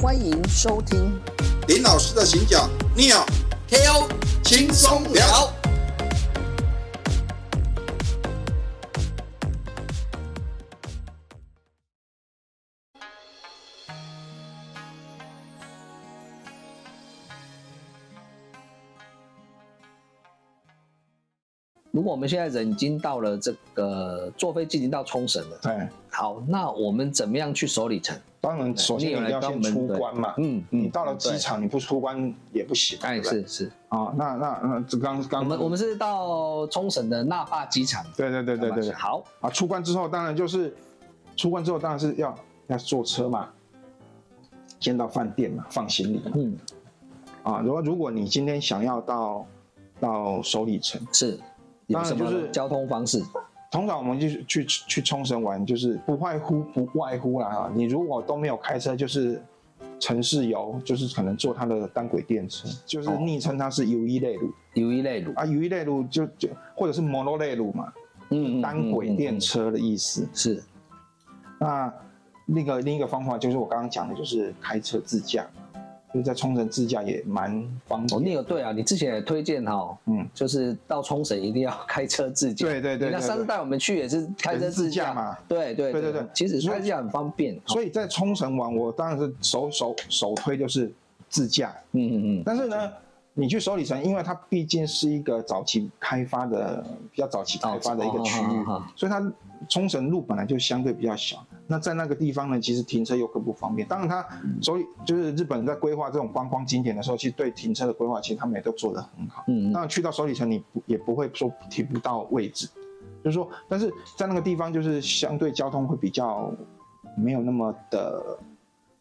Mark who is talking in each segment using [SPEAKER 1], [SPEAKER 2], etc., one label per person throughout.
[SPEAKER 1] 欢迎收听
[SPEAKER 2] 林老师的行脚 Neo
[SPEAKER 3] KO
[SPEAKER 2] 轻松聊。
[SPEAKER 1] 如果我们现在人已经到了这个呃坐飞机已经到冲绳了，
[SPEAKER 4] 哎，
[SPEAKER 1] 好，那我们怎么样去守里程？
[SPEAKER 4] 当然，首先
[SPEAKER 1] 你有
[SPEAKER 4] 你
[SPEAKER 1] 来
[SPEAKER 4] 要
[SPEAKER 1] 帮我
[SPEAKER 4] 先
[SPEAKER 1] 们
[SPEAKER 4] 出
[SPEAKER 1] 对
[SPEAKER 4] 关嘛。
[SPEAKER 1] 嗯嗯
[SPEAKER 4] 你到了机场你不出关也不行，
[SPEAKER 1] 哎，
[SPEAKER 4] 对不对
[SPEAKER 1] 是是，
[SPEAKER 4] 啊。那那那这刚刚
[SPEAKER 1] 我们我们是到冲绳的那霸机场。
[SPEAKER 4] 对对对对对对
[SPEAKER 1] 好，
[SPEAKER 4] 啊，出关之后当然就是出关之后当然是要要坐车嘛，先到饭店嘛，放行李嘛
[SPEAKER 1] 嗯，
[SPEAKER 4] 啊。如果如果你今天想要到到首里城，
[SPEAKER 1] 是，有
[SPEAKER 4] 当然
[SPEAKER 1] 什么
[SPEAKER 4] 就是
[SPEAKER 1] 交通方式？
[SPEAKER 4] 通常我们就是去去去冲绳玩，就是不外乎不外乎啦啊，你如果都没有开车，就是城市游，就是可能坐它的单轨电车，就是
[SPEAKER 1] 哦
[SPEAKER 4] 昵称它是游一类路
[SPEAKER 1] 游一类路，
[SPEAKER 4] 啊，游一类路就就或者是摩罗类路嘛，
[SPEAKER 1] 嗯
[SPEAKER 4] 单轨电
[SPEAKER 1] 嗯嗯
[SPEAKER 4] 车的意思。
[SPEAKER 1] 嗯是，
[SPEAKER 4] 那那个另一个方法就是我刚刚讲的，就是开车自驾，就是在冲绳自驾也蛮方
[SPEAKER 1] 哦，
[SPEAKER 4] 便。
[SPEAKER 1] 你有对啊，你之前也推荐哈，
[SPEAKER 4] 嗯，
[SPEAKER 1] 就是到冲绳一定要开车自驾。
[SPEAKER 4] 对对对对
[SPEAKER 1] 你那上次带我们去也是开车自
[SPEAKER 4] 也是自驾嘛。
[SPEAKER 1] 对对
[SPEAKER 4] 对对对
[SPEAKER 1] 其实开自驾很方便。
[SPEAKER 4] 所以在冲绳玩，我当然是首首首推就是自驾。
[SPEAKER 1] 嗯嗯嗯，
[SPEAKER 4] 但是呢，你去首里城，因为它毕竟是一个早期开发的、比较早期开发的一个区域
[SPEAKER 1] 哦哦哦哦哦，
[SPEAKER 4] 所以它冲绳路本来就相对比较小。那在那个地方呢，其实停车又更不方便。当然它，所以就是日本人在规划这种观光景点的时候，其实对停车的规划，其实他们也都做得很好。
[SPEAKER 1] 嗯嗯
[SPEAKER 4] 当然去到首里城，你不也不会说停不到位置，就是说，但是在那个地方，就是相对交通会比较没有那么的，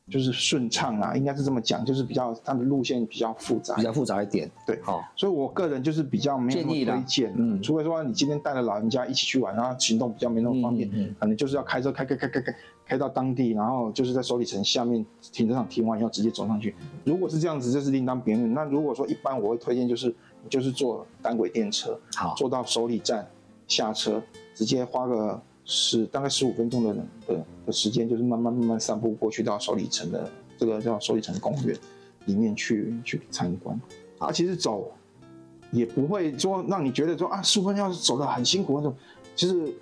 [SPEAKER 4] 就是顺畅啊，应该是这么讲，就是比较它的路线比较复杂
[SPEAKER 1] 比，较复杂一点。
[SPEAKER 4] 对
[SPEAKER 1] 好，
[SPEAKER 4] 所以我个人就是比较没有那
[SPEAKER 1] 建议
[SPEAKER 4] 么
[SPEAKER 1] 啦
[SPEAKER 4] 推荐，
[SPEAKER 1] 嗯
[SPEAKER 4] 除非说你今天带了老人家一起去玩，然后行动比较没那么方便，
[SPEAKER 1] 嗯嗯嗯
[SPEAKER 4] 可能就是要开车开开开开开开到当地，然后就是在首里城下面停车场停完以后直接走上去。如果是这样子，这是另当别论。那如果说一般，我会推荐就是你就是坐单轨电车，
[SPEAKER 1] 好，
[SPEAKER 4] 坐到首里站下车，直接花个十大概十五分钟的的的时间，就是慢慢慢慢散步过去到首里城的这个叫首里城公园里面去去参观。啊，其实走也不会说让你觉得说啊，十五分钟要走的很辛苦那种。其实，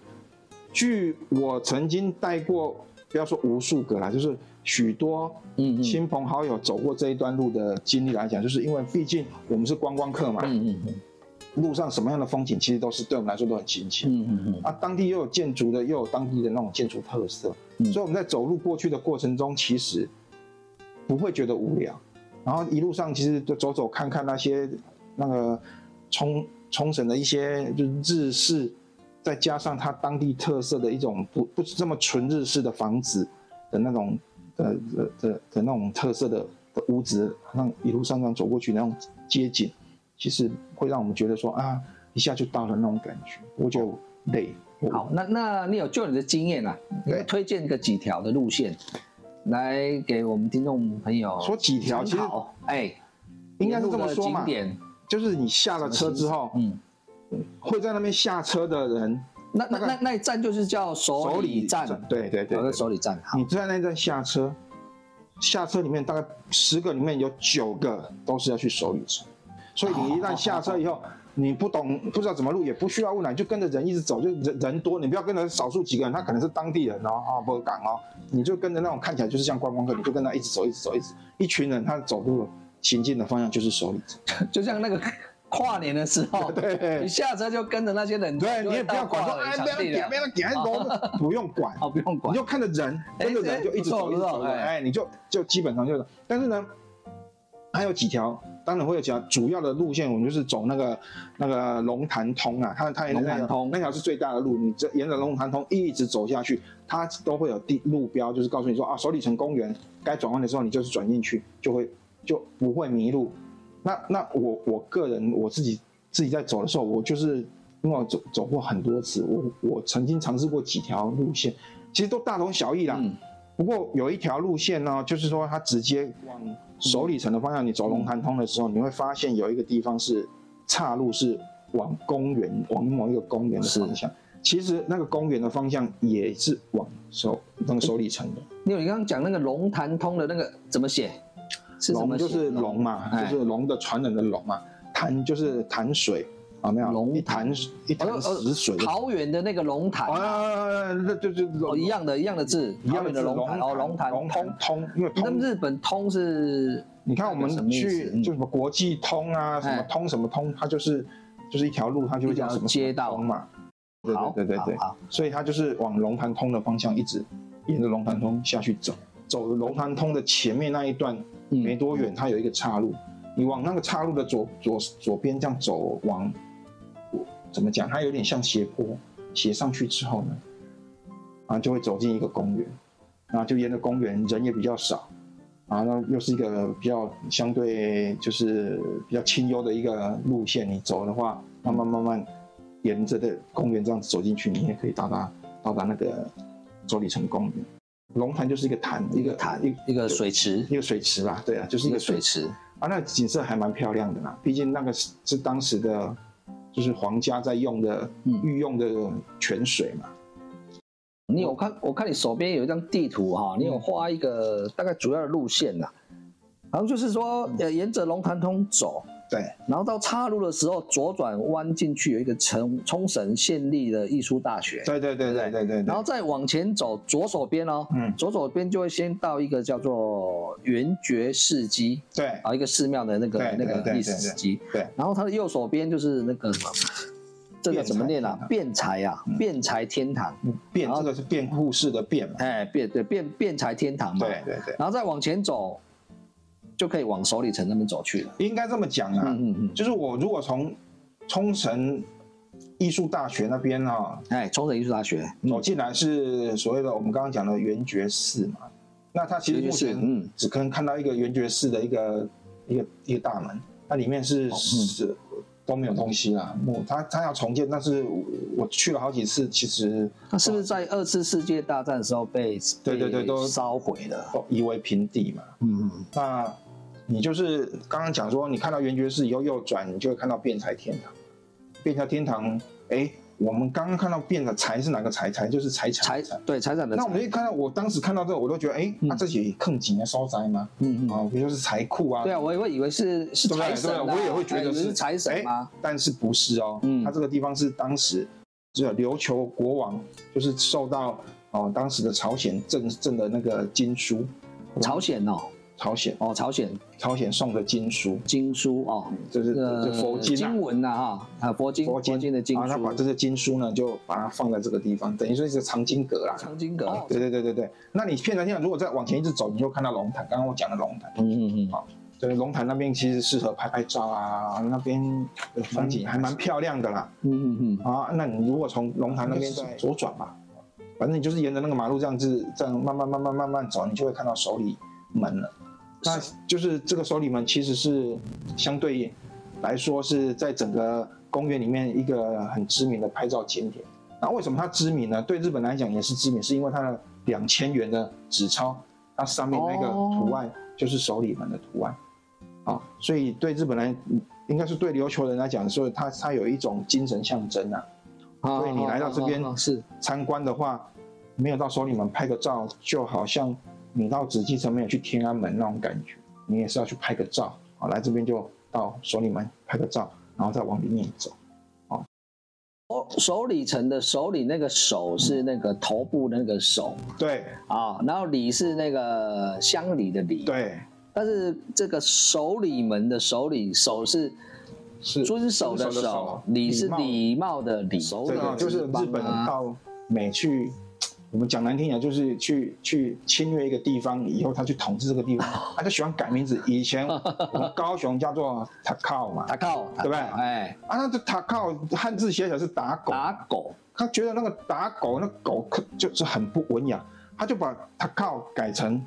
[SPEAKER 4] 据我曾经带过，不要说无数个啦，就是许多
[SPEAKER 1] 嗯嗯
[SPEAKER 4] 亲朋好友走过这一段路的经历来讲，就是因为毕竟我们是观光客嘛，
[SPEAKER 1] 嗯嗯嗯
[SPEAKER 4] 路上什么样的风景，其实都是对我们来说都很亲切。
[SPEAKER 1] 嗯嗯嗯，
[SPEAKER 4] 啊，当地又有建筑的，又有当地的那种建筑特色，
[SPEAKER 1] 嗯
[SPEAKER 4] 所以我们在走路过去的过程中，其实不会觉得无聊。然后一路上其实就走走看看那些那个冲冲绳的一些就是日式，再加上它当地特色的一种不不是这么纯日式的房子的那种呃的的的那种特色的的屋子，让一路上这样走过去那种街景，其实会让我们觉得说啊，一下就到了那种感觉，我觉得我累。我
[SPEAKER 1] 好，那那你有就你的经验啊，你
[SPEAKER 4] 对
[SPEAKER 1] 会推荐个几条的路线来给我们听众朋友
[SPEAKER 4] 说几条，其
[SPEAKER 1] 参
[SPEAKER 4] 实
[SPEAKER 1] 考哎，
[SPEAKER 4] 应该是这么说
[SPEAKER 1] 沿路的景
[SPEAKER 4] 嘛，
[SPEAKER 1] 点，
[SPEAKER 4] 就是你下了车之后，
[SPEAKER 1] 嗯，
[SPEAKER 4] 会在那边下车的人，
[SPEAKER 1] 那那
[SPEAKER 4] 大
[SPEAKER 1] 那
[SPEAKER 4] 概
[SPEAKER 1] 那一站就是叫首
[SPEAKER 4] 首
[SPEAKER 1] 里
[SPEAKER 4] 里
[SPEAKER 1] 站，
[SPEAKER 4] 对对对
[SPEAKER 1] 好，
[SPEAKER 4] 对
[SPEAKER 1] 在首里站，好，
[SPEAKER 4] 你在那站下车，下车里面大概十个里面有九个都是要去首里城，所以你一旦下车以后，你不懂不知道怎么路，也不需要问了，你啊就跟着人一直走，就人人多，你不要跟着少数几个人，他可能是当地人哦，啊不港哦，你就跟着那种看起来就是像观光客，你就跟他一直走，一直走，一直一群人，他走路行进的方向就是首里城。
[SPEAKER 1] 就像那个跨年的时候，
[SPEAKER 4] 对
[SPEAKER 1] 你下车就跟着那些人，
[SPEAKER 4] 对，你也不要管说，
[SPEAKER 1] 了，
[SPEAKER 4] 哎，不要
[SPEAKER 1] 场地
[SPEAKER 4] 点，
[SPEAKER 1] 了
[SPEAKER 4] 不，要点，都不用管，
[SPEAKER 1] 哦，不用
[SPEAKER 4] 你
[SPEAKER 1] 管，
[SPEAKER 4] 就看着人，
[SPEAKER 1] 哎
[SPEAKER 4] 跟着人
[SPEAKER 1] 哎
[SPEAKER 4] 就一直走，
[SPEAKER 1] 不错
[SPEAKER 4] 一直走
[SPEAKER 1] 不错哎
[SPEAKER 4] 哎，你就就基本上就是，但是呢，还有几条，当然会有几条主要的路线，我们就是走那个那个龙潭通啊，它它也
[SPEAKER 1] 龙潭通
[SPEAKER 4] 那条是最大的路，你这沿着龙潭通一直走下去，它都会有地路标，就是告诉你说啊，首里城公园该转弯的时候，你就是转进去，就会就不会迷路。那那我我个人我自己自己在走的时候，我就是因为我走走过很多次，我我曾经尝试过几条路线，其实都大同小异啦。
[SPEAKER 1] 嗯
[SPEAKER 4] 不过有一条路线呢，就是说它直接往首里城的方向，你走龙潭通的时候，你会发现有一个地方是岔路，是往公园往某一个公园的方向。其实那个公园的方向也是往首那个首里城的。
[SPEAKER 1] 因为你刚刚讲那个龙潭通的那个怎么写？是怎
[SPEAKER 4] 龙
[SPEAKER 1] 么写
[SPEAKER 4] 就是龙嘛，
[SPEAKER 1] 哎
[SPEAKER 4] 就是龙的传人的龙嘛，潭就是潭水，有没有？
[SPEAKER 1] 龙
[SPEAKER 4] 一潭一潭死水的。
[SPEAKER 1] 哦桃园的那个龙潭啊，
[SPEAKER 4] 啊，那就是
[SPEAKER 1] 哦，
[SPEAKER 4] 龙
[SPEAKER 1] 一样的，一样的字，
[SPEAKER 4] 一
[SPEAKER 1] 桃
[SPEAKER 4] 样的
[SPEAKER 1] 园的龙潭，哦，龙潭
[SPEAKER 4] 龙通
[SPEAKER 1] 通。
[SPEAKER 4] 通，因为
[SPEAKER 1] 那
[SPEAKER 4] 通，
[SPEAKER 1] 日本通是
[SPEAKER 4] 你看我们
[SPEAKER 1] 那个什么意思
[SPEAKER 4] 去
[SPEAKER 1] 嗯
[SPEAKER 4] 就什么国际通啊，什么
[SPEAKER 1] 哎
[SPEAKER 4] 通什么通，它就是就是一条路，它就会叫什
[SPEAKER 1] 一条
[SPEAKER 4] 么
[SPEAKER 1] 街道
[SPEAKER 4] 通嘛。对
[SPEAKER 1] 好，
[SPEAKER 4] 对对对对
[SPEAKER 1] 好，好
[SPEAKER 4] 所以它就是往龙潭通的方向一直沿着龙潭通下去走，走龙潭通的前面那一段没
[SPEAKER 1] 嗯，
[SPEAKER 4] 多远，它有一个岔路，你往那个岔路的左左左边这样走，往怎么讲？它有点像斜坡，斜上去之后呢，啊，就会走进一个公园，然后就沿着公园人也比较少，啊，那又是一个比较相对就是比较清幽的一个路线，你走的话，慢慢慢慢沿着的公园这样子走进去，你也可以到达到达那个周里城公园。龙潭就是一个潭，一
[SPEAKER 1] 一
[SPEAKER 4] 个
[SPEAKER 1] 个
[SPEAKER 4] 潭
[SPEAKER 1] 潭，
[SPEAKER 4] 一个，
[SPEAKER 1] 一个水池，
[SPEAKER 4] 一个水池啦，对啊，就是
[SPEAKER 1] 一
[SPEAKER 4] 一
[SPEAKER 1] 个
[SPEAKER 4] 个水
[SPEAKER 1] 水
[SPEAKER 4] 池
[SPEAKER 1] 池，
[SPEAKER 4] 啊，那景色还蛮漂亮的啦。毕竟那个是是当时的，就是皇家在用的
[SPEAKER 1] 嗯
[SPEAKER 4] 御用的泉水嘛。
[SPEAKER 1] 你
[SPEAKER 4] 嗯
[SPEAKER 1] 有看？我看你手边有一张地图哈、你有画一个大概主要的路线呐、好像就是说，呃，沿着龙潭通走，
[SPEAKER 4] 对，
[SPEAKER 1] 然后到岔路的时候左转弯进去有一个冲冲绳县立的艺术大学，
[SPEAKER 4] 对对对对对对
[SPEAKER 1] 然后再往前走左手边哦，
[SPEAKER 4] 嗯，
[SPEAKER 1] 左手边就会先到一个叫做圆觉寺基
[SPEAKER 4] 对
[SPEAKER 1] 啊，一个寺庙的那个
[SPEAKER 4] 对
[SPEAKER 1] 那
[SPEAKER 4] 对
[SPEAKER 1] 个
[SPEAKER 4] 对
[SPEAKER 1] 历史
[SPEAKER 4] 对对
[SPEAKER 1] 寺基，
[SPEAKER 4] 对，
[SPEAKER 1] 然后它的右手边就是那个什么，这个怎么念啊？辩才啊，辩才天堂。
[SPEAKER 4] 嗯变
[SPEAKER 1] 然后
[SPEAKER 4] 这个是辩护士的辩嘛。
[SPEAKER 1] 哎，变对变变才天堂嘛，
[SPEAKER 4] 对，对对，
[SPEAKER 1] 然后再往前走，就可以往首里城那边走去了。
[SPEAKER 4] 应该这么讲啊。
[SPEAKER 1] 嗯嗯嗯，
[SPEAKER 4] 就是我如果从冲绳艺术大学那边啊
[SPEAKER 1] 哎，冲绳艺术大学，
[SPEAKER 4] 走进来，是所谓的我们刚刚讲的圆觉寺嘛。那它其实
[SPEAKER 1] 圆觉
[SPEAKER 4] 目
[SPEAKER 1] 寺
[SPEAKER 4] 前
[SPEAKER 1] 嗯
[SPEAKER 4] 只可能看到一个圆觉寺的一个一个一个大门，那里面是
[SPEAKER 1] 嗯
[SPEAKER 4] 是都没有东西啦。木它它要重建，但是我我去了好几次，其实
[SPEAKER 1] 它是不是在二次世界大战的时候被
[SPEAKER 4] 对对对
[SPEAKER 1] 被
[SPEAKER 4] 都
[SPEAKER 1] 烧毁了？
[SPEAKER 4] 都夷为平地嘛。
[SPEAKER 1] 嗯，嗯
[SPEAKER 4] 那你就是刚刚讲说，你看到圆觉寺以后右转，你就会看到辩才天堂。辩才天堂，哎，我们刚刚看到辩的财是哪个财？财就是财产
[SPEAKER 1] 财
[SPEAKER 4] 的财。
[SPEAKER 1] 对财产的
[SPEAKER 4] 那我们
[SPEAKER 1] 财，
[SPEAKER 4] 一看到，我当时看到这个，我都觉得，哎，
[SPEAKER 1] 嗯
[SPEAKER 4] 那、这些坑井的烧灾吗？
[SPEAKER 1] 嗯嗯，
[SPEAKER 4] 啊，比如说是财库啊，
[SPEAKER 1] 对啊，我也会以为是是
[SPEAKER 4] 对不对
[SPEAKER 1] 财神啊，
[SPEAKER 4] 对我也会觉得
[SPEAKER 1] 哎以为
[SPEAKER 4] 是
[SPEAKER 1] 是财神啊。
[SPEAKER 4] 但是不是哦？
[SPEAKER 1] 嗯
[SPEAKER 4] 它这个地方是当时这琉球国王就是受到哦当时的朝鲜赠赠的那个经书，
[SPEAKER 1] 朝鲜哦，
[SPEAKER 4] 朝鲜
[SPEAKER 1] 哦，朝鲜
[SPEAKER 4] 朝鲜送的经书，
[SPEAKER 1] 经书哦，
[SPEAKER 4] 就是、
[SPEAKER 1] 呃
[SPEAKER 4] 就佛经、啊、
[SPEAKER 1] 经文呐哈，啊，佛经
[SPEAKER 4] 佛经
[SPEAKER 1] 的经
[SPEAKER 4] 然后他把
[SPEAKER 1] 书，
[SPEAKER 4] 这些经书呢，就把它放在这个地方，等于说是藏经阁啦。
[SPEAKER 1] 藏经阁，
[SPEAKER 4] 对对对对对，那你片山天堂如果再往前一直走，你就看到龙潭。刚刚我讲的龙潭，
[SPEAKER 1] 嗯嗯嗯，
[SPEAKER 4] 对，龙潭那边其实适合拍拍照啊，那边的风景还蛮漂亮的啦。
[SPEAKER 1] 嗯嗯嗯，
[SPEAKER 4] 啊，那你如果从龙潭那边
[SPEAKER 2] 应该是
[SPEAKER 4] 左转吧，反正你就是沿着那个马路这样子，这样慢慢慢慢慢慢走，你就会看到首里门了。那就是这个首里门其实是相对来说是在整个公园里面一个很知名的拍照景点。那为什么它知名呢？对日本来讲也是知名，是因为它的两千元的纸钞，它上面那个图案就是首里门的图案。啊，所以对日本人，应该是对琉球人来讲，所以它它有一种精神象征啊。
[SPEAKER 1] 好
[SPEAKER 4] 所以你来到这边
[SPEAKER 1] 好好好是
[SPEAKER 4] 参观的话，没有到手里门拍个照，就好像你到紫禁城没有去天安门那种感觉，你也是要去拍个照啊。来这边就到手里门拍个照，然后再往里面走。
[SPEAKER 1] 首首里城的首里那个首是那个头部那个首
[SPEAKER 4] 对
[SPEAKER 1] 啊、然后里是那个乡里的里。，
[SPEAKER 4] 对，
[SPEAKER 1] 但是这个首里门的首里首是
[SPEAKER 4] 是
[SPEAKER 1] 遵守的
[SPEAKER 4] 遵守的
[SPEAKER 1] 守
[SPEAKER 4] 守，
[SPEAKER 1] 礼是
[SPEAKER 4] 礼貌
[SPEAKER 1] 礼貌的礼。
[SPEAKER 4] 对对，就是日本
[SPEAKER 1] 啊
[SPEAKER 4] 到美去。我们讲难听点，就是去去侵略一个地方以后，他去统治这个地方，他就喜欢改名字。以前我们高雄叫做 Takao 嘛，
[SPEAKER 1] 打靠，
[SPEAKER 4] 对不对
[SPEAKER 1] 哎，
[SPEAKER 4] 啊，那这 Takao 汉字写起来是打狗，
[SPEAKER 1] 打狗，
[SPEAKER 4] 他觉得那个打狗，那狗可就是很不文雅，他就把 t a k a 改成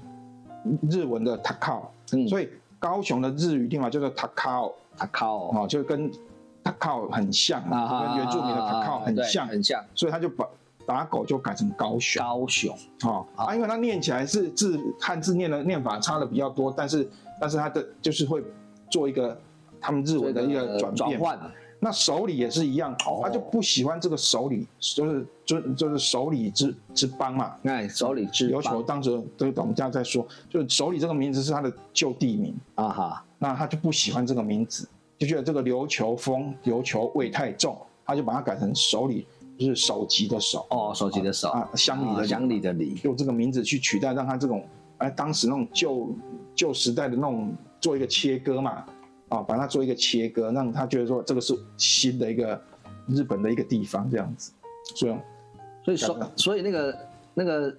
[SPEAKER 4] 日文的 t a k a
[SPEAKER 1] 嗯，以
[SPEAKER 4] 所以高雄的日语地方叫做 t a k a
[SPEAKER 1] 打啊靠
[SPEAKER 4] 哦，就跟 t a k a 很像，跟原住民的 t a k a 啊很像，
[SPEAKER 1] 啊很像。
[SPEAKER 4] 所以他就把打狗就改成高雄
[SPEAKER 1] 高雄，
[SPEAKER 4] 哦啊，因为他念起来是字汉字念的念法差的比较多，但是但是他的就是会做一个他们日文的一个转
[SPEAKER 1] 转
[SPEAKER 4] 变
[SPEAKER 1] 换，
[SPEAKER 4] 那首里也是一样，
[SPEAKER 1] 哦
[SPEAKER 4] 他就不喜欢这个首里，就是就就是首里之之邦嘛。
[SPEAKER 1] 哎，首里之
[SPEAKER 4] 琉球
[SPEAKER 1] 邦
[SPEAKER 4] 当时对我们家在说，就是首里这个名字是他的旧地名，
[SPEAKER 1] 啊哈，
[SPEAKER 4] 那他就不喜欢这个名字，就觉得这个琉球风、琉球味太重，他就把它改成首里，就是首级的首
[SPEAKER 1] 哦，手机的手，
[SPEAKER 4] 啊，乡里的
[SPEAKER 1] 啊
[SPEAKER 4] 里
[SPEAKER 1] 乡里的里，
[SPEAKER 4] 用这个名字去取代，让他这种哎当时那种旧旧时代的那种做一个切割嘛，啊，把它做一个切割，让他觉得说这个是新的一个日本的一个地方这样子，所以
[SPEAKER 1] 所以手
[SPEAKER 4] 讲，
[SPEAKER 1] 所以那个那个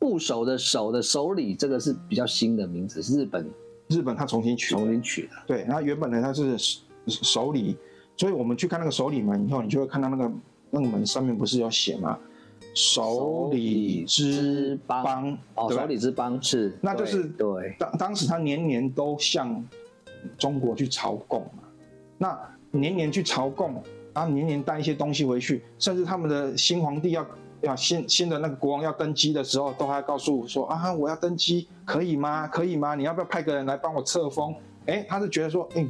[SPEAKER 1] 部首的手的首里，这个是比较新的名字，是日本
[SPEAKER 4] 日本他重新取的
[SPEAKER 1] 重新取的。
[SPEAKER 4] 对，然后原本呢它是手手里，所以我们去看那个手里门以后，你就会看到那个那个门上面不是有写吗？手里之邦，
[SPEAKER 1] 哦，
[SPEAKER 4] 对吧
[SPEAKER 1] 首里之邦是，
[SPEAKER 4] 那就是
[SPEAKER 1] 对对
[SPEAKER 4] 当当时他年年都向中国去朝贡嘛，那年年去朝贡，然后年年带一些东西回去，甚至他们的新皇帝要要新新的那个国王要登基的时候，都还告诉说啊，我要登基，可以吗？可以吗？你要不要派个人来帮我册封？哎，他是觉得说，哎，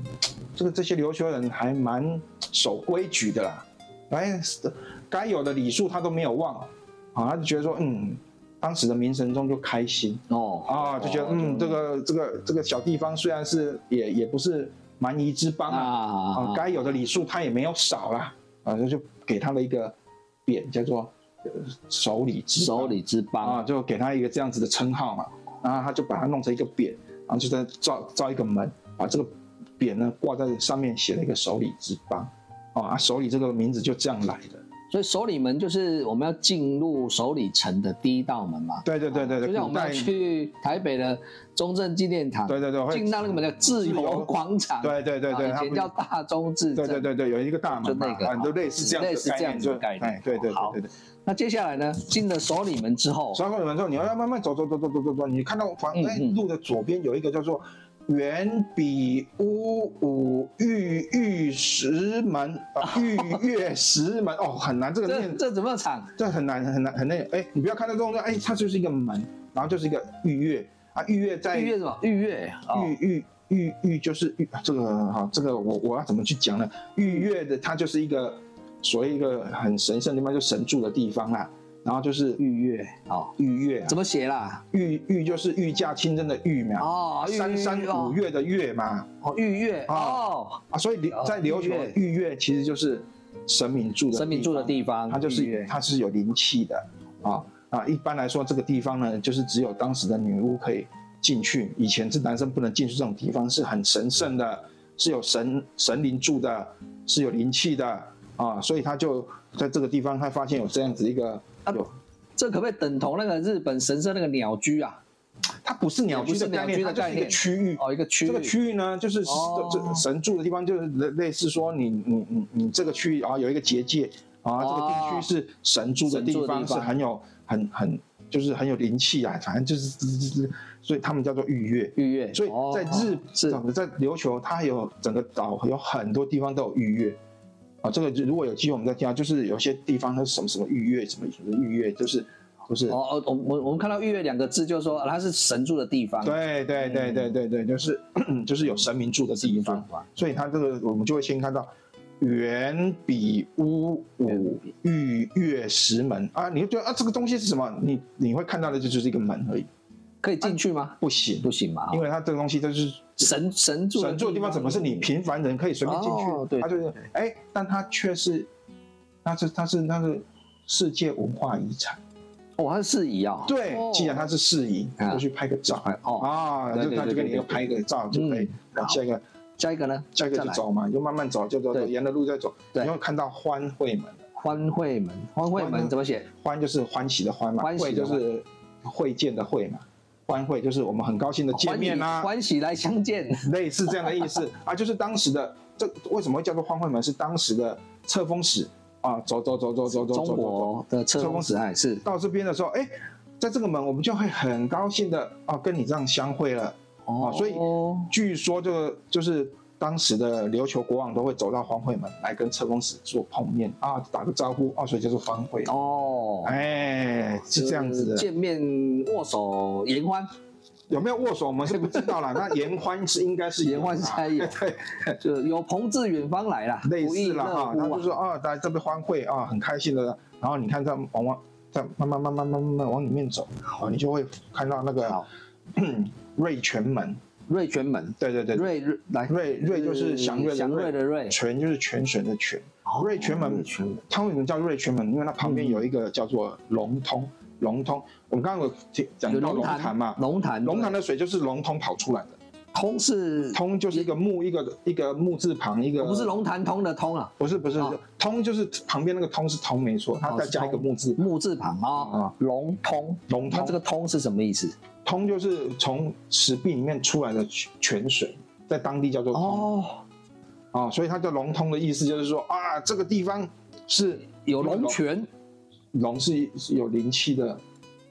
[SPEAKER 4] 这个这些琉球人还蛮守规矩的啦，哎，该有的礼数他都没有忘，啊，他就觉得说，嗯，当时的明神宗就开心。
[SPEAKER 1] 哦
[SPEAKER 4] 啊，就觉得
[SPEAKER 1] 哦
[SPEAKER 4] 嗯，这个这个这个小地方虽然是也也不是蛮夷之邦啊，啊
[SPEAKER 1] 啊，，
[SPEAKER 4] 该有的礼数他也没有少啦，啊，那就给他了一个匾，叫做呃首礼之邦
[SPEAKER 1] 首里之邦
[SPEAKER 4] 啊，就给他一个这样子的称号嘛，然后他就把它弄成一个匾，然后就在造造一个门，把这个匾呢挂在上面，写了一个首礼之邦，哦啊，首礼这个名字就这样来的，
[SPEAKER 1] 所以首里门就是我们要进入首里城的第一道门嘛。
[SPEAKER 4] 对对对对
[SPEAKER 1] 哦就
[SPEAKER 4] 对，
[SPEAKER 1] 像我
[SPEAKER 4] 古
[SPEAKER 1] 们要
[SPEAKER 4] 代
[SPEAKER 1] 去台北的中正纪念堂，
[SPEAKER 4] 对对对会
[SPEAKER 1] 进到那个门叫自
[SPEAKER 4] 自由
[SPEAKER 1] 由广场，
[SPEAKER 4] 对对对对，
[SPEAKER 1] 啊
[SPEAKER 4] 他
[SPEAKER 1] 以前
[SPEAKER 4] 们
[SPEAKER 1] 叫大中至
[SPEAKER 4] 对
[SPEAKER 1] 正。
[SPEAKER 4] 对对对，有一个大门嘛
[SPEAKER 1] 就那个
[SPEAKER 4] 啊都类似这样子的
[SPEAKER 1] 类似这样子的
[SPEAKER 4] 就
[SPEAKER 1] 概念
[SPEAKER 4] 哎，对对
[SPEAKER 1] 好
[SPEAKER 4] 对对对。
[SPEAKER 1] 那接下来呢，进了首里门之后，
[SPEAKER 4] 刷过门之后，你要慢慢走走走走走走走，你看到房
[SPEAKER 1] 嗯
[SPEAKER 4] 哎
[SPEAKER 1] 嗯
[SPEAKER 4] 路的左边有一个叫做圆比乌五玉玉石门啊， 玉月石门哦，很难这个
[SPEAKER 1] 这
[SPEAKER 4] 念，
[SPEAKER 1] 这怎么唱？
[SPEAKER 4] 这很难很难很难。哎，你不要看到这种说，哎，它就是一个门，然后就是一个玉月啊，玉月在
[SPEAKER 1] 玉月什么？玉月哦
[SPEAKER 4] 玉玉玉玉就是玉，啊这个哈，这个我我要怎么去讲呢？玉月的它就是一个所谓一个很神圣的地方，就神住的地方啦。然后就是
[SPEAKER 1] 玉月哦，
[SPEAKER 4] 玉月、啊，
[SPEAKER 1] 怎么写啦？
[SPEAKER 4] 玉玉就是御驾亲征的玉嘛，
[SPEAKER 1] 哦，玉
[SPEAKER 4] 三山五月的月嘛
[SPEAKER 1] 哦，玉月哦，
[SPEAKER 4] 啊，所以
[SPEAKER 1] 哦
[SPEAKER 4] 在琉球
[SPEAKER 1] 玉月
[SPEAKER 4] 玉月其实就是神明住的
[SPEAKER 1] 神明住的地方，
[SPEAKER 4] 方，它就
[SPEAKER 1] 玉
[SPEAKER 4] 是
[SPEAKER 1] 月
[SPEAKER 4] 它是有灵气的啊啊。一般来说，这个地方呢，就是只有当时的女巫可以进去，以前是男生不能进去这种地方，是很神圣的，是有神神灵住的，是有灵气的啊，所以他就在这个地方，他发现有这样子一个
[SPEAKER 1] 啊
[SPEAKER 4] 有
[SPEAKER 1] 这可不可以等同那个日本神社那个鸟居啊？
[SPEAKER 4] 它不是鸟居的概念，
[SPEAKER 1] 也不是鸟居的概
[SPEAKER 4] 它就是一个
[SPEAKER 1] 念
[SPEAKER 4] 区域。
[SPEAKER 1] 哦，一个区域，
[SPEAKER 4] 这个区域呢，就是
[SPEAKER 1] 哦
[SPEAKER 4] 这这神住的地方，就是类类似说你你你你这个区域啊有一个结界啊，这个地
[SPEAKER 1] 哦
[SPEAKER 4] 区是神住的
[SPEAKER 1] 神住的
[SPEAKER 4] 地方，
[SPEAKER 1] 地
[SPEAKER 4] 是
[SPEAKER 1] 方
[SPEAKER 4] 很有很很就是很有灵气啊，反正就是就是，所以他们叫做御月。
[SPEAKER 1] 玉月，
[SPEAKER 4] 所以
[SPEAKER 1] 哦
[SPEAKER 4] 在日
[SPEAKER 1] 哦是
[SPEAKER 4] 整个在琉球，它有整个岛有很多地方都有御月。啊，这个如果有机会我们再听啊，就是有些地方它是什么什么御月，什么什么御月，就是就是
[SPEAKER 1] 哦哦，我我我们看到“玉月”两个字，就是说啊它是神住的地方，嗯
[SPEAKER 4] 对啊对对对对对，就是 就是有神明住的
[SPEAKER 1] 神
[SPEAKER 4] 地
[SPEAKER 1] 明住的
[SPEAKER 4] 方
[SPEAKER 1] 地，方，
[SPEAKER 4] 所以它这个我们就会先看到远比屋五玉月石门啊，你就觉得啊这个东西是什么？你你会看到的就就是一个门而已，
[SPEAKER 1] 可以进去吗？
[SPEAKER 4] 不行，
[SPEAKER 1] 不行嘛，
[SPEAKER 4] 因
[SPEAKER 1] 为
[SPEAKER 4] 为它这个东西它就是
[SPEAKER 1] 神神住
[SPEAKER 4] 神住的地方，怎么是你平凡人可以随便进去？
[SPEAKER 1] 哦对
[SPEAKER 4] 它就是哎，但它却是，它是它是它是世界文化遗产。
[SPEAKER 1] 哦，它是仪啊，
[SPEAKER 4] 对
[SPEAKER 1] 哦，
[SPEAKER 4] 既然它是适宜，
[SPEAKER 1] 啊
[SPEAKER 4] 就去拍个照
[SPEAKER 1] 哎哦，
[SPEAKER 4] 啊，
[SPEAKER 1] 对
[SPEAKER 4] 就
[SPEAKER 1] 对
[SPEAKER 4] 他就
[SPEAKER 1] 对
[SPEAKER 4] 给你
[SPEAKER 1] 对
[SPEAKER 4] 一个
[SPEAKER 1] 对
[SPEAKER 4] 拍个照就可以
[SPEAKER 1] 嗯，
[SPEAKER 4] 然后下一个。
[SPEAKER 1] 下一个呢？
[SPEAKER 4] 下一个
[SPEAKER 1] 再
[SPEAKER 4] 就
[SPEAKER 1] 来
[SPEAKER 4] 走嘛，你就慢慢走，就走走，
[SPEAKER 1] 对
[SPEAKER 4] 沿着路再走，
[SPEAKER 1] 对
[SPEAKER 4] 你会看到欢会门，
[SPEAKER 1] 欢会门，欢会门
[SPEAKER 4] 欢
[SPEAKER 1] 怎么写？
[SPEAKER 4] 欢就是欢喜的欢嘛，
[SPEAKER 1] 欢喜
[SPEAKER 4] 会
[SPEAKER 1] 的
[SPEAKER 4] 就
[SPEAKER 1] 欢
[SPEAKER 4] 是会见的会嘛，欢会就是我们很高兴的见面啊啦、
[SPEAKER 1] 哦欢喜欢喜来相见，
[SPEAKER 4] 类似这样的意 思啊，就是当时的这为什么会叫做欢会门？是当时的册封使啊，走走走走走走走
[SPEAKER 1] 中
[SPEAKER 4] 走走，
[SPEAKER 1] 国的车公子爱是
[SPEAKER 4] 到这边的时候，哎、在这个门我们就会很高兴的啊，跟你这样相会了。
[SPEAKER 1] 哦
[SPEAKER 4] 啊所以据说这个就是当时的琉球国王都会走到皇会门来跟车公使做碰面啊，打个招呼啊，所以叫做皇会。
[SPEAKER 1] 哦，
[SPEAKER 4] 哎，是这样子
[SPEAKER 1] 就是
[SPEAKER 4] 的，
[SPEAKER 1] 见面握手言欢，
[SPEAKER 4] 有没有握手我们是不知道啦。那言欢是应该是
[SPEAKER 1] 言欢
[SPEAKER 4] 啦
[SPEAKER 1] 才有
[SPEAKER 4] 对，
[SPEAKER 1] 就有朋自远方来啦，
[SPEAKER 4] 类
[SPEAKER 1] 不亦
[SPEAKER 4] 似
[SPEAKER 1] 乐
[SPEAKER 4] 啦哈，他
[SPEAKER 1] 乎
[SPEAKER 4] 就
[SPEAKER 1] 啊。
[SPEAKER 4] 说啊，来这边欢会啊，很开心的。然后你看这样往往这样慢慢慢慢慢慢慢往里面走，啊好，你就会看到那个
[SPEAKER 1] 好
[SPEAKER 4] 瑞泉门。
[SPEAKER 1] 瑞泉门，
[SPEAKER 4] 对对对，
[SPEAKER 1] 瑞瑞来，呃
[SPEAKER 4] 瑞瑞就是祥瑞的
[SPEAKER 1] 祥瑞的瑞，
[SPEAKER 4] 泉就是泉水的泉。
[SPEAKER 1] 哦
[SPEAKER 4] 瑞泉门
[SPEAKER 1] 瑞泉门，
[SPEAKER 4] 它为什么叫瑞泉门？因为它旁边有一个叫做龙通，龙通。我们刚刚有提讲
[SPEAKER 1] 有
[SPEAKER 4] 到
[SPEAKER 1] 龙
[SPEAKER 4] 龙潭嘛，
[SPEAKER 1] 龙潭，
[SPEAKER 4] 龙潭
[SPEAKER 1] 的
[SPEAKER 4] 的水就是龙通跑出来的，
[SPEAKER 1] 通是
[SPEAKER 4] 通就是一个木一个一个木字旁一个，
[SPEAKER 1] 哦不是龙潭通的通啊，
[SPEAKER 4] 不是不是
[SPEAKER 1] 哦
[SPEAKER 4] 通就是旁边那个通是通没错，它
[SPEAKER 1] 哦
[SPEAKER 4] 再
[SPEAKER 1] 是
[SPEAKER 4] 加一个
[SPEAKER 1] 通
[SPEAKER 4] 木字，
[SPEAKER 1] 木字旁啊
[SPEAKER 4] 啊，
[SPEAKER 1] 龙通，
[SPEAKER 4] 龙
[SPEAKER 1] 那
[SPEAKER 4] 通
[SPEAKER 1] 这个通是什么意思？
[SPEAKER 4] 通就是从石壁里面出来的泉泉水，在当地叫做通
[SPEAKER 1] 哦，
[SPEAKER 4] 啊、所以它叫龙通的意思就是说啊，这个地方是
[SPEAKER 1] 有龙泉
[SPEAKER 4] 龙是是有灵气的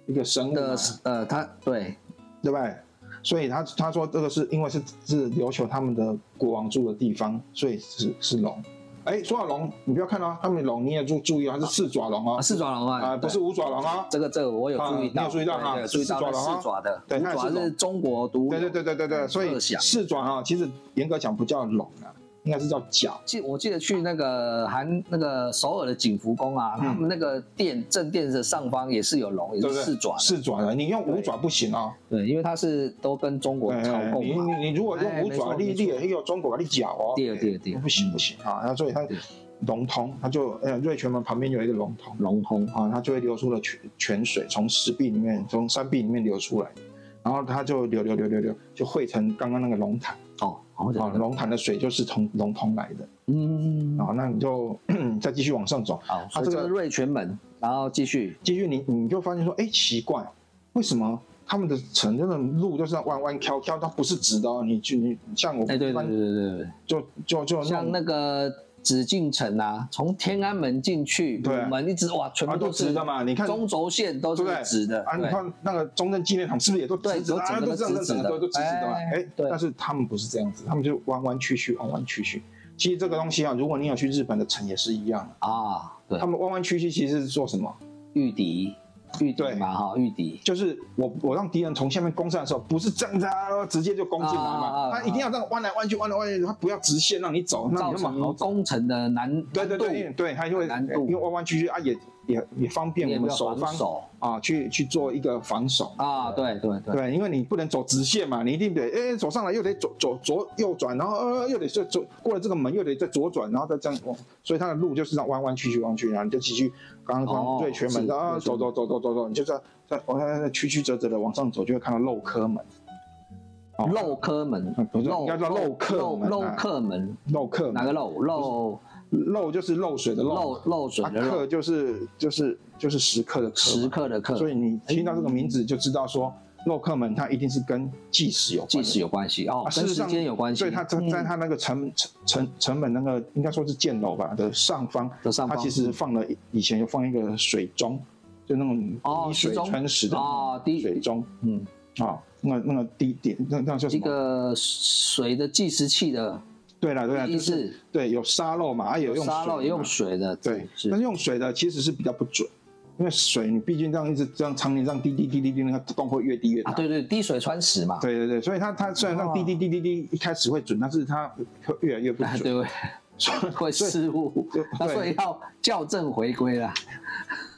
[SPEAKER 4] 一个生物嘛
[SPEAKER 1] 的，呃，它对，
[SPEAKER 4] 对不对？所以他他说这个是因为是是琉球他们的国王住的地方，所以是是龙。哎，说到龙，你不要看哦，他们龙你也注注意哦，它是四爪龙哦
[SPEAKER 1] 啊，，四爪龙啊，
[SPEAKER 4] 啊、不是
[SPEAKER 1] 对
[SPEAKER 4] 五爪龙哦。
[SPEAKER 1] 这个这个我有注意到，
[SPEAKER 4] 啊你有注意到哈
[SPEAKER 1] 对对
[SPEAKER 4] 是
[SPEAKER 1] 注意到
[SPEAKER 4] 四爪龙啊
[SPEAKER 1] 是四爪的，
[SPEAKER 4] 对
[SPEAKER 1] 五
[SPEAKER 4] 那也是
[SPEAKER 1] 爪
[SPEAKER 4] 龙
[SPEAKER 1] 是中国独有
[SPEAKER 4] 对对对对对对，所以
[SPEAKER 1] 特享
[SPEAKER 4] 四爪啊，其实严格讲不叫龙啊，应该是叫角。
[SPEAKER 1] 记我记得去那个韩那个首尔的景福宫啊，
[SPEAKER 4] 嗯
[SPEAKER 1] 他们那个殿正殿的上方也是有龙，也
[SPEAKER 4] 对不
[SPEAKER 1] 是
[SPEAKER 4] 对？
[SPEAKER 1] 四爪的，
[SPEAKER 4] 四爪的，你用五爪不行啊、
[SPEAKER 1] 对，因为它是都跟中国
[SPEAKER 4] 哎
[SPEAKER 1] 朝
[SPEAKER 4] 哎你
[SPEAKER 1] 贡
[SPEAKER 4] 你
[SPEAKER 1] 嘛，
[SPEAKER 4] 你如果
[SPEAKER 1] 哎
[SPEAKER 4] 用五
[SPEAKER 1] 没错
[SPEAKER 4] 爪，你
[SPEAKER 1] 没错
[SPEAKER 4] 你也有中国把你脚哦。
[SPEAKER 1] 对对对
[SPEAKER 4] 不行不行啊！然后所以它
[SPEAKER 1] 对
[SPEAKER 4] 龙通，它就呃瑞泉门旁边有一个龙通
[SPEAKER 1] 龙通
[SPEAKER 4] 啊，它就会流出了泉泉水，从石壁里面从山壁里面流出来，然后它就流流流流流，就汇成刚刚那个龙潭
[SPEAKER 1] 哦，好
[SPEAKER 4] 啊，
[SPEAKER 1] 的，
[SPEAKER 4] 龙潭的水就是从龙通来的
[SPEAKER 1] 嗯，
[SPEAKER 4] 啊。那你就再继续往上走，
[SPEAKER 1] 好，所以
[SPEAKER 4] 啊这
[SPEAKER 1] 这
[SPEAKER 4] 个
[SPEAKER 1] 个瑞泉门，然后继续
[SPEAKER 4] 继续你你就发现说，哎，奇怪，为什么他们的城真的路就是弯弯翘翘，它不是直的哦。你去你像我
[SPEAKER 1] 哎，对对
[SPEAKER 4] 一般
[SPEAKER 1] 对对对
[SPEAKER 4] 就就就
[SPEAKER 1] 对，像那个紫禁城啊，从天安门进去，
[SPEAKER 4] 对
[SPEAKER 1] 我们一直哇，全部
[SPEAKER 4] 啊都
[SPEAKER 1] 都
[SPEAKER 4] 直
[SPEAKER 1] 是
[SPEAKER 4] 的嘛，你看
[SPEAKER 1] 中轴线都是
[SPEAKER 4] 对不对
[SPEAKER 1] 直的，
[SPEAKER 4] 啊，你
[SPEAKER 1] 对
[SPEAKER 4] 看那个中正纪念堂是不是也都直直的？
[SPEAKER 1] 对
[SPEAKER 4] 啊，
[SPEAKER 1] 都
[SPEAKER 4] 都
[SPEAKER 1] 整
[SPEAKER 4] 这
[SPEAKER 1] 个
[SPEAKER 4] 样
[SPEAKER 1] 都直直的
[SPEAKER 4] 都都直直的嘛。
[SPEAKER 1] 哎
[SPEAKER 4] 哎，
[SPEAKER 1] 对
[SPEAKER 4] 但是他们不是这样子，他们就弯弯曲曲，弯弯曲曲。其实这个东西啊，如果你有去日本的城也是一样的，
[SPEAKER 1] 啊，对
[SPEAKER 4] 他，们弯弯曲曲其实是做什么？
[SPEAKER 1] 玉笛，玉笛
[SPEAKER 4] 对
[SPEAKER 1] 嘛哈，玉笛，
[SPEAKER 4] 就是我我让敌人从下面攻上的时候，不是这样子啊，直接就攻进来
[SPEAKER 1] 啊啊
[SPEAKER 4] 嘛，
[SPEAKER 1] 啊
[SPEAKER 4] 他一定要这样弯来弯去，弯来弯去，他不要直线让你走，那
[SPEAKER 1] 造
[SPEAKER 4] 你那么好
[SPEAKER 1] 成
[SPEAKER 4] 走。
[SPEAKER 1] 工程的难
[SPEAKER 4] 对对
[SPEAKER 1] 难
[SPEAKER 4] 对
[SPEAKER 1] 度
[SPEAKER 4] 对，他就会
[SPEAKER 1] 难度
[SPEAKER 4] 因为弯弯曲曲啊，也也也方便我们守
[SPEAKER 1] 防
[SPEAKER 4] 方
[SPEAKER 1] 守
[SPEAKER 4] 啊，去去做一个防守。
[SPEAKER 1] 啊，对对对，
[SPEAKER 4] 对，因为你不能走直线嘛，你一定得哎、走上来又得左左左右转，然后呃又得再左过了这个门又得再左转，然后再这样，哦所以它的路就是这样弯弯曲曲弯曲，然后你就继续刚刚
[SPEAKER 1] 哦
[SPEAKER 4] 从最全门
[SPEAKER 1] 是
[SPEAKER 4] 的啊
[SPEAKER 1] 对全
[SPEAKER 4] 走
[SPEAKER 1] 门
[SPEAKER 4] 走走走走走，你就在在往在曲曲折折的往上走，就会看到镂刻门，哦
[SPEAKER 1] 漏科门
[SPEAKER 4] 嗯，不是
[SPEAKER 1] 漏
[SPEAKER 4] 应该叫漏客
[SPEAKER 1] 漏
[SPEAKER 4] 门
[SPEAKER 1] 漏
[SPEAKER 4] 啊
[SPEAKER 1] 客门，
[SPEAKER 4] 镂刻
[SPEAKER 1] 哪个
[SPEAKER 4] 门，
[SPEAKER 1] 漏漏
[SPEAKER 4] 漏就是漏水的
[SPEAKER 1] 漏
[SPEAKER 4] 漏，
[SPEAKER 1] 漏水
[SPEAKER 4] 啊
[SPEAKER 1] 的漏
[SPEAKER 4] 刻，就是就是就是时刻的刻嘛，
[SPEAKER 1] 时刻的刻，
[SPEAKER 4] 所以你听到这个名字就知道说镂刻门它一定是跟计时有关
[SPEAKER 1] 计
[SPEAKER 4] 的
[SPEAKER 1] 时有关系哦
[SPEAKER 4] 啊，，
[SPEAKER 1] 跟
[SPEAKER 4] 事实
[SPEAKER 1] 时
[SPEAKER 4] 上
[SPEAKER 1] 间有关系，
[SPEAKER 4] 所以它在
[SPEAKER 1] 嗯
[SPEAKER 4] 在它那个城城城城门那个应该说是箭楼吧的上方，
[SPEAKER 1] 的上
[SPEAKER 4] 它
[SPEAKER 1] 方嗯
[SPEAKER 4] 其实放了以前有放一个水钟，就那种
[SPEAKER 1] 哦
[SPEAKER 4] 滴水
[SPEAKER 1] 时钟
[SPEAKER 4] 穿石的
[SPEAKER 1] 哦滴
[SPEAKER 4] 水钟
[SPEAKER 1] 嗯
[SPEAKER 4] 啊，那个那个滴滴那那叫什
[SPEAKER 1] 一
[SPEAKER 4] 么？
[SPEAKER 1] 个水的计时器的
[SPEAKER 4] 对了对了，
[SPEAKER 1] 意
[SPEAKER 4] 就
[SPEAKER 1] 思
[SPEAKER 4] 是对有沙漏嘛，啊也有用
[SPEAKER 1] 沙漏
[SPEAKER 4] 水
[SPEAKER 1] 也用
[SPEAKER 4] 嘛
[SPEAKER 1] 水的，
[SPEAKER 4] 对，
[SPEAKER 1] 是
[SPEAKER 4] 但是用水的其实是比较不准，因为水你毕竟这样一直这样常年这样滴滴滴滴滴，那个洞会越滴越
[SPEAKER 1] 啊，
[SPEAKER 4] 大。
[SPEAKER 1] 对对，滴水穿石嘛，
[SPEAKER 4] 对对对，所以它它虽然
[SPEAKER 1] 哦
[SPEAKER 4] 让滴滴滴滴滴一开始会准，但是它会越来越不
[SPEAKER 1] 啊
[SPEAKER 4] 准。
[SPEAKER 1] 对不对？
[SPEAKER 4] 所以
[SPEAKER 1] 会
[SPEAKER 4] 所以
[SPEAKER 1] 失误
[SPEAKER 4] 对，
[SPEAKER 1] 那所以要校正回归啦。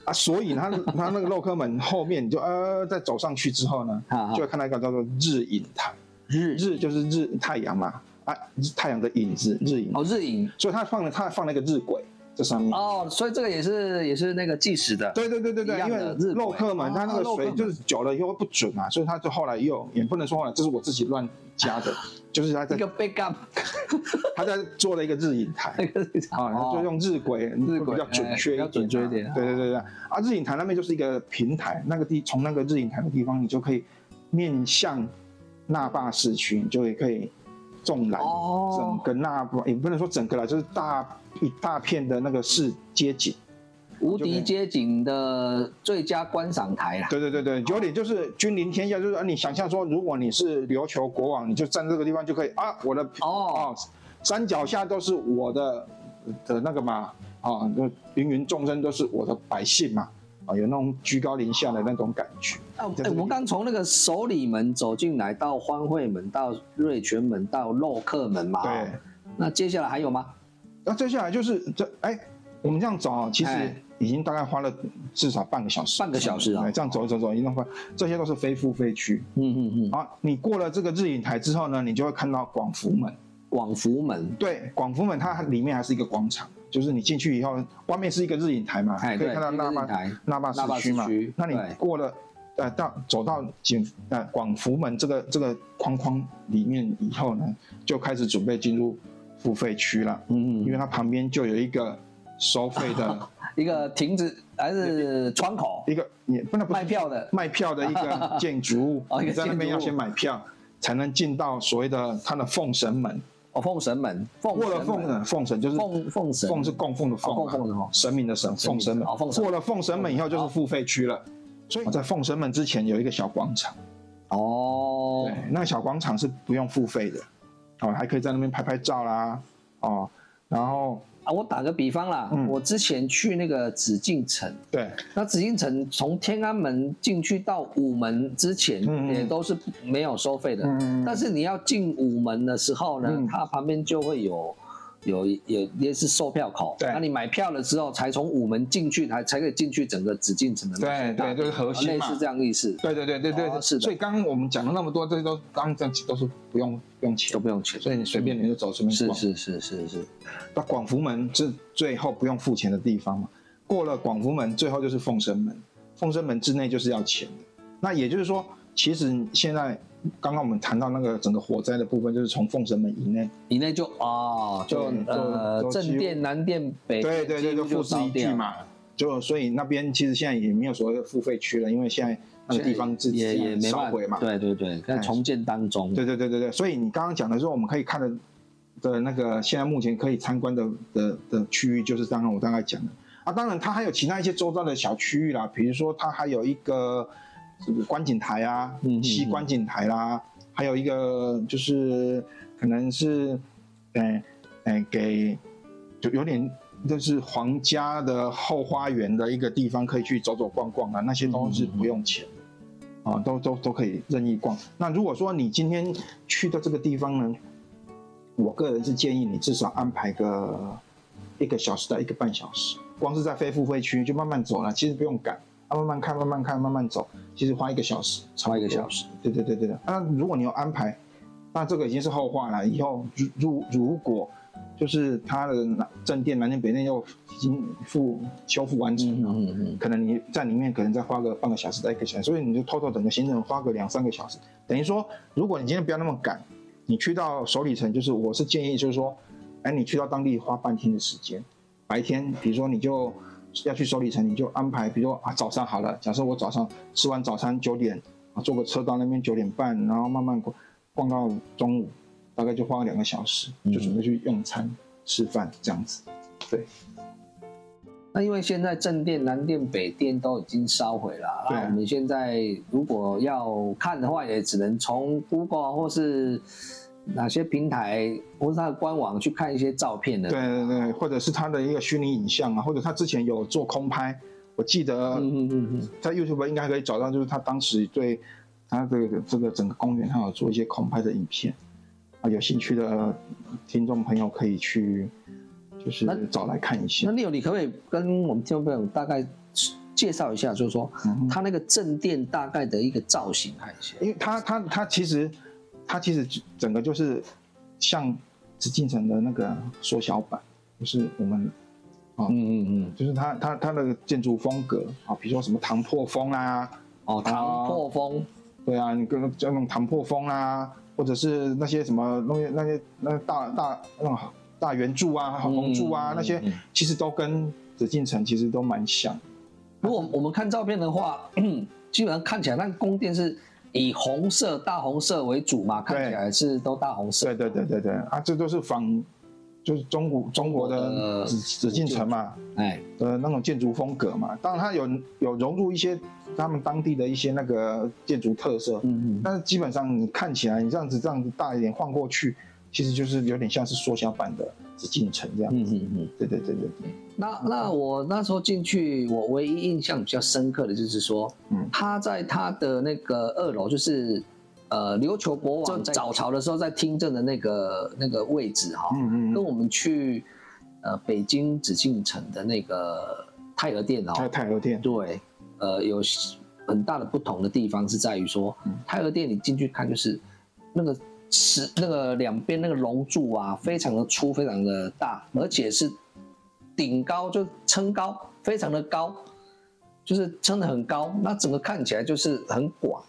[SPEAKER 4] 啊，所以它它那个镂刻门后面，你就呃再走上去之 后呢
[SPEAKER 1] 啊啊，
[SPEAKER 4] 就会看到一个叫做日影台，
[SPEAKER 1] 日
[SPEAKER 4] 日就是日太阳嘛，啊，太阳的影子，日影，
[SPEAKER 1] 哦日影
[SPEAKER 4] 所以它放了它放了一个日晷这上面。
[SPEAKER 1] 哦，所以这个也是也是那个计时的，
[SPEAKER 4] 对对对对
[SPEAKER 1] 一
[SPEAKER 4] 对，
[SPEAKER 1] 样
[SPEAKER 4] 因
[SPEAKER 1] 的
[SPEAKER 4] 为
[SPEAKER 1] 日晷
[SPEAKER 4] 镂刻门它那
[SPEAKER 1] 啊
[SPEAKER 4] 个
[SPEAKER 1] 镂刻
[SPEAKER 4] 水
[SPEAKER 1] 门
[SPEAKER 4] 就是久了以后不准嘛，所以它就后来又也不能说后来，这是我自己乱加 的，就是它
[SPEAKER 1] 一
[SPEAKER 4] 在
[SPEAKER 1] 个 backup
[SPEAKER 4] 它在做了一个日影台，
[SPEAKER 1] 那个是
[SPEAKER 4] 啊，
[SPEAKER 1] 哦
[SPEAKER 4] 那就用日晷，日
[SPEAKER 1] 晷
[SPEAKER 4] 比较准确一
[SPEAKER 1] 哎比
[SPEAKER 4] 点啊，
[SPEAKER 1] 较准确一点
[SPEAKER 4] 对对对对，啊，日影台那边就是一个平台，那个地从那个日影台的地方，你就可以面向那霸市区，你就也可以纵览
[SPEAKER 1] 哦
[SPEAKER 4] 整个那霸，也不能说整个啦，就是大一大片的那个市街景。
[SPEAKER 1] 无敌街景的最佳观赏台啦。
[SPEAKER 4] 对对对对，有点就是君临天下，就是啊，你想象说，如果你是琉球国王，你就站这个地方就可以啊，我的
[SPEAKER 1] 哦
[SPEAKER 4] 哦，山脚下都是哦我的的那个嘛，啊，就芸芸众生都是我的百姓嘛，啊、啊，有那种居高临下的那种感觉。
[SPEAKER 1] 啊，
[SPEAKER 4] 这
[SPEAKER 1] 哎、
[SPEAKER 4] 是
[SPEAKER 1] 我们刚从那个首里门走进来，到欢会门，到瑞泉门，到洛克门嘛。
[SPEAKER 4] 对。，
[SPEAKER 1] 那接下来还有吗？
[SPEAKER 4] 啊那接下来就是这哎，我们这样走啊，其实
[SPEAKER 1] 哎
[SPEAKER 4] 已经大概花了至少半个小时，
[SPEAKER 1] 半个小时啊
[SPEAKER 4] 哎这样走走走，一弄快，这些都是非付费区。
[SPEAKER 1] 嗯嗯嗯，
[SPEAKER 4] 啊，你过了这个日影台之后呢，你就会看到广福门。
[SPEAKER 1] 广福门。
[SPEAKER 4] 对，广福门它里面还是一个广场，就是你进去以后，外面是一个日影台嘛，
[SPEAKER 1] 哎，
[SPEAKER 4] 可以
[SPEAKER 1] 对，
[SPEAKER 4] 看到那
[SPEAKER 1] 那
[SPEAKER 4] 巴
[SPEAKER 1] 台。
[SPEAKER 4] 那霸
[SPEAKER 1] 那霸
[SPEAKER 4] 市区嘛
[SPEAKER 1] 市区。
[SPEAKER 4] 那你
[SPEAKER 1] 对
[SPEAKER 4] 过了呃到走到景呃广福门这个这个框框里面以后呢，就开始准备进入付费区了，
[SPEAKER 1] 嗯
[SPEAKER 4] 因为
[SPEAKER 1] 嗯，
[SPEAKER 4] 它旁边就有一个收费的
[SPEAKER 1] 一个亭子还是窗口
[SPEAKER 4] 一个，也不能不是
[SPEAKER 1] 卖票的。
[SPEAKER 4] 卖票的一个建筑物
[SPEAKER 1] ，哦一个
[SPEAKER 4] 你在那
[SPEAKER 1] 建
[SPEAKER 4] 边
[SPEAKER 1] 筑
[SPEAKER 4] 要
[SPEAKER 1] 物
[SPEAKER 4] 先买票。才能进到所谓的它的奉神门，
[SPEAKER 1] 哦，奉神门，奉
[SPEAKER 4] 过了
[SPEAKER 1] 神
[SPEAKER 4] 奉
[SPEAKER 1] 门，
[SPEAKER 4] 神，奉神就是
[SPEAKER 1] 奉奉神
[SPEAKER 4] 奉是供奉的奉
[SPEAKER 1] 哦
[SPEAKER 4] 嘛，
[SPEAKER 1] 供奉的奉
[SPEAKER 4] 神明的神，
[SPEAKER 1] 神明
[SPEAKER 4] 奉神门
[SPEAKER 1] 哦奉。神
[SPEAKER 4] 过了奉神门以后就是付费区了，所以在奉神门之前有一个小广场，
[SPEAKER 1] 哦
[SPEAKER 4] 对，，那个小广场是不用付费的，哦，还可以在那边拍拍照啦，哦，然后
[SPEAKER 1] 啊，我打个比方啦，
[SPEAKER 4] 嗯
[SPEAKER 1] 我之前去那个紫禁城，
[SPEAKER 4] 对
[SPEAKER 1] 那紫禁城从天安门进去到午门之前，
[SPEAKER 4] 嗯嗯
[SPEAKER 1] 也都是没有收费的。
[SPEAKER 4] 嗯
[SPEAKER 1] 但是你要进午门的时候呢，
[SPEAKER 4] 嗯
[SPEAKER 1] 它旁边就会有有有也是售票口。
[SPEAKER 4] 对
[SPEAKER 1] 那你买票了之后，才从午门进去，才才可以进去整个紫禁城的那
[SPEAKER 4] 对
[SPEAKER 1] 个大
[SPEAKER 4] 对，
[SPEAKER 1] 厅
[SPEAKER 4] 就是核心
[SPEAKER 1] 类
[SPEAKER 4] 嘛
[SPEAKER 1] 似，这样的意思，
[SPEAKER 4] 对对对对
[SPEAKER 1] 哦
[SPEAKER 4] 对，
[SPEAKER 1] 是的
[SPEAKER 4] 所以刚刚我们讲了那么多，这些都当这都是不用不用
[SPEAKER 1] 都
[SPEAKER 4] 钱，
[SPEAKER 1] 不用钱。
[SPEAKER 4] 所以你随便你就走随便
[SPEAKER 1] 是
[SPEAKER 4] 逛。
[SPEAKER 1] 是是是是，
[SPEAKER 4] 那广福门是最后不用付钱的地方嘛？过了广福门，最后就是奉神门。奉神门之内就是要钱的。那也就是说，其实现在刚刚我们谈到那个整个火灾的部分，就是从奉神门以内，
[SPEAKER 1] 以内就哦，就
[SPEAKER 4] 就就
[SPEAKER 1] 呃
[SPEAKER 4] 就
[SPEAKER 1] 正
[SPEAKER 4] 几乎
[SPEAKER 1] 殿、南殿、北
[SPEAKER 4] 对对对，
[SPEAKER 1] 几
[SPEAKER 4] 就
[SPEAKER 1] 乎
[SPEAKER 4] 付
[SPEAKER 1] 就
[SPEAKER 4] 之
[SPEAKER 1] 烧
[SPEAKER 4] 一炬
[SPEAKER 1] 掉。
[SPEAKER 4] 嘛。就所以那边其实现在也没有所谓的付费区了，因为现在那个地方自己
[SPEAKER 1] 也也没
[SPEAKER 4] 烧
[SPEAKER 1] 办
[SPEAKER 4] 毁
[SPEAKER 1] 法，
[SPEAKER 4] 嘛。
[SPEAKER 1] 对对对，在
[SPEAKER 4] 哎
[SPEAKER 1] 重建当中，
[SPEAKER 4] 对对对对对，所以你刚刚讲的时候，我们可以看的的那个现在目前可以参观的的的区域，就是刚刚我大概讲的啊。当然，它还有其他一些周遭的小区域啦，比如说它还有一个这个观景台啊
[SPEAKER 1] 嗯嗯嗯，
[SPEAKER 4] 西观景台啦、还有一个就是可能是，嗯、呃、嗯、给就有点。就是皇家的后花园的一个地方，可以去走走逛逛啊，那些都
[SPEAKER 1] 嗯
[SPEAKER 4] 是不用钱的。啊，都都都可以任意逛。那如果说你今天去的这个地方呢，我个人是建议你至少安排个一个小时到一个半小时，光是在非付费区就慢慢走了，其实不用赶，啊，慢慢看，慢慢看，慢慢走，其实花一个小时，
[SPEAKER 1] 花一个小时。
[SPEAKER 4] 对对对对的。那如果你有安排，那这个已经是后话了。以后如如如果就是他的南正殿、南殿、北殿又已经复修复完成
[SPEAKER 1] 嗯
[SPEAKER 4] 了，
[SPEAKER 1] 嗯嗯嗯，
[SPEAKER 4] 可能你在里面可能再花个半个小时到一个小时，所以你就偷偷整个行程花个两三个小时。等于说，如果你今天不要那么赶，你去到首里城，就是我是建议就是说，哎，你去到当地花半天的时间，白天比如说你就要去首里城，你就安排，比如说啊早上好了，假设我早上吃完早餐九点啊，坐个车到那边九点半，然后慢慢逛逛到中午，大概就花两个小时，就准备去用餐、吃饭这样子。
[SPEAKER 1] 那因为现在正殿、南殿、北殿都已经烧毁了，
[SPEAKER 4] 对
[SPEAKER 1] 那
[SPEAKER 4] 啊
[SPEAKER 1] 我们现在如果要看的话，也只能从 Google 啊或是哪些平台或是它的官网去看一些照片的。
[SPEAKER 4] 对对对，或者是他的一个虚拟影像啊，或者他之前有做空拍，我记得
[SPEAKER 1] 嗯，嗯嗯嗯嗯，
[SPEAKER 4] 在 YouTube 应该可以找到，就是他当时对他这个这个整个公园，他有做一些空拍的影片啊，有兴趣的听众朋友可以去就是
[SPEAKER 1] 那
[SPEAKER 4] 找来看一
[SPEAKER 1] 那
[SPEAKER 4] 下。
[SPEAKER 1] 六，你可不可以跟我们听众朋友大概介绍一下，就是说
[SPEAKER 4] 嗯
[SPEAKER 1] 它那个正殿大概的一个造型看一下？
[SPEAKER 4] 因为他他他其实他其实整个就是像紫禁城的那个缩小版，就是我们
[SPEAKER 1] 嗯嗯嗯，
[SPEAKER 4] 就是它它它的建筑风格啊，比如说什么唐破风啊。
[SPEAKER 1] 哦，唐破风，
[SPEAKER 4] 对啊，你跟叫那种唐破风啊，或者是那些什么那些那些那大大那种大圆柱啊、红柱啊、
[SPEAKER 1] 嗯
[SPEAKER 4] 那些
[SPEAKER 1] 嗯，
[SPEAKER 4] 其实都跟紫禁城其实都蛮像。
[SPEAKER 1] 如果我们看照片的话， 基本上看起来那个宫殿是以红色、大红色为主嘛，看起来是都大红色
[SPEAKER 4] 对。对对对对啊，这都是仿，就是中国中国的
[SPEAKER 1] 呃
[SPEAKER 4] 紫紫禁城嘛
[SPEAKER 1] 哎，
[SPEAKER 4] 的那种建筑风格嘛。当然它有有融入一些他们当地的一些那个建筑特色，
[SPEAKER 1] 嗯嗯，
[SPEAKER 4] 但是基本上你看起来你这样子这样子大一点晃过去，其实就是有点像是缩小版的紫禁城这样。
[SPEAKER 1] 嗯嗯嗯。
[SPEAKER 4] 对对对对对，
[SPEAKER 1] 那那我那时候进去，我唯一印象比较深刻的就是说，
[SPEAKER 4] 嗯
[SPEAKER 1] 他在他的那个二楼，就是呃琉球国王
[SPEAKER 4] 在
[SPEAKER 1] 早朝的时候在听政的那个那个位置哈、
[SPEAKER 4] 嗯嗯
[SPEAKER 1] 跟
[SPEAKER 4] 嗯，
[SPEAKER 1] 我们去呃北京紫禁城的那个太和殿哦，
[SPEAKER 4] 还有太和殿，
[SPEAKER 1] 对，呃，有很大的不同的地方是在于说，
[SPEAKER 4] 嗯
[SPEAKER 1] 太和殿你进去看就是那个石那个两边那个龙柱啊，非常的粗，非常的大，而且是顶高就撑高，非常的高，就是撑得很高，那整个看起来就是很广，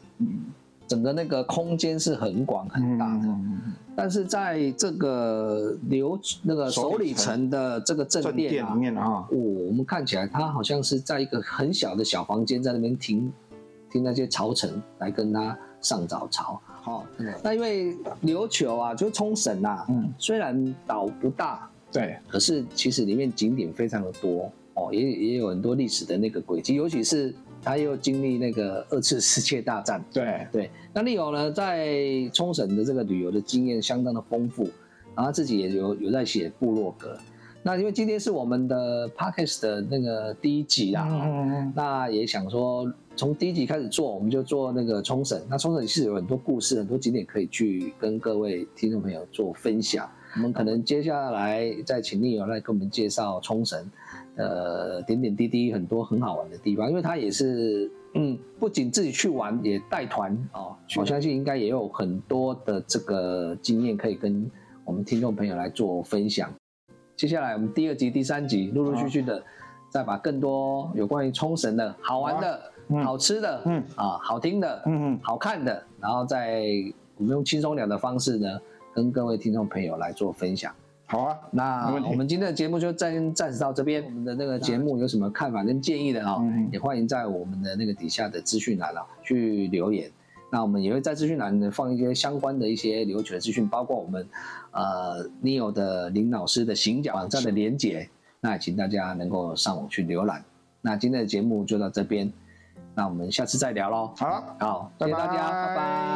[SPEAKER 1] 整个那个空间是很广很大的。
[SPEAKER 4] 嗯
[SPEAKER 1] 但是在这个流那个
[SPEAKER 4] 首
[SPEAKER 1] 首
[SPEAKER 4] 里
[SPEAKER 1] 里城的这个正
[SPEAKER 4] 正
[SPEAKER 1] 殿
[SPEAKER 4] 殿
[SPEAKER 1] 啊
[SPEAKER 4] 嗯里，面啊，
[SPEAKER 1] 哦，我们看起来他好像是在一个很小的小房间，在那边听听那些朝臣来跟他上早朝。哦，那因为琉球啊，就是冲绳啊，
[SPEAKER 4] 嗯，
[SPEAKER 1] 虽然岛不大，
[SPEAKER 4] 对，
[SPEAKER 1] 可是其实里面景点非常的多哦，也也有很多历史的那个轨迹，尤其是他又经历那个二次世界大战，
[SPEAKER 4] 对，
[SPEAKER 1] 对，那丽友呢，在冲绳的这个旅游的经验相当的丰富，然后自己也有有在写部落格。那因为今天是我们的 podcast 的那个第一集啦，哦
[SPEAKER 4] 嗯
[SPEAKER 1] 那也想说从第一集开始做，我们就做那个冲绳。那冲绳是有很多故事、很多景点可以去跟各位听众朋友做分享。我们可能接下来再请丽友来给我们介绍冲绳，呃，点点滴滴很多很好玩的地方，因为他也是，嗯，不仅自己去玩，也带团哦。我相信应该也有很多的这个经验可以跟我们听众朋友来做分享。接下来我们第二集、第三集陆陆续续的，再把更多有关于冲绳的好玩的、
[SPEAKER 4] 好啊嗯
[SPEAKER 1] 好吃的、
[SPEAKER 4] 嗯
[SPEAKER 1] 啊好听的、
[SPEAKER 4] 嗯嗯，
[SPEAKER 1] 好看的，然后再我们用轻松聊的方式呢，跟各位听众朋友来做分享。
[SPEAKER 4] 好啊，
[SPEAKER 1] 那
[SPEAKER 4] 没问题
[SPEAKER 1] 我们今天的节目就暂暂时到这边。我们的那个节目有什么看法跟建议的啊、
[SPEAKER 4] 嗯
[SPEAKER 1] 也欢迎在我们的那个底下的资讯栏啊去留言。那我们也会在资讯栏呢放一些相关的一些留学的资讯，包括我们呃 Neo 的林老师的行脚网站的连结，那也请大家能够上网去浏览。那今天的节目就到这边，那我们下次再聊喽。
[SPEAKER 4] 好啊，
[SPEAKER 1] 好，谢谢大家，
[SPEAKER 4] 拜拜
[SPEAKER 1] 拜拜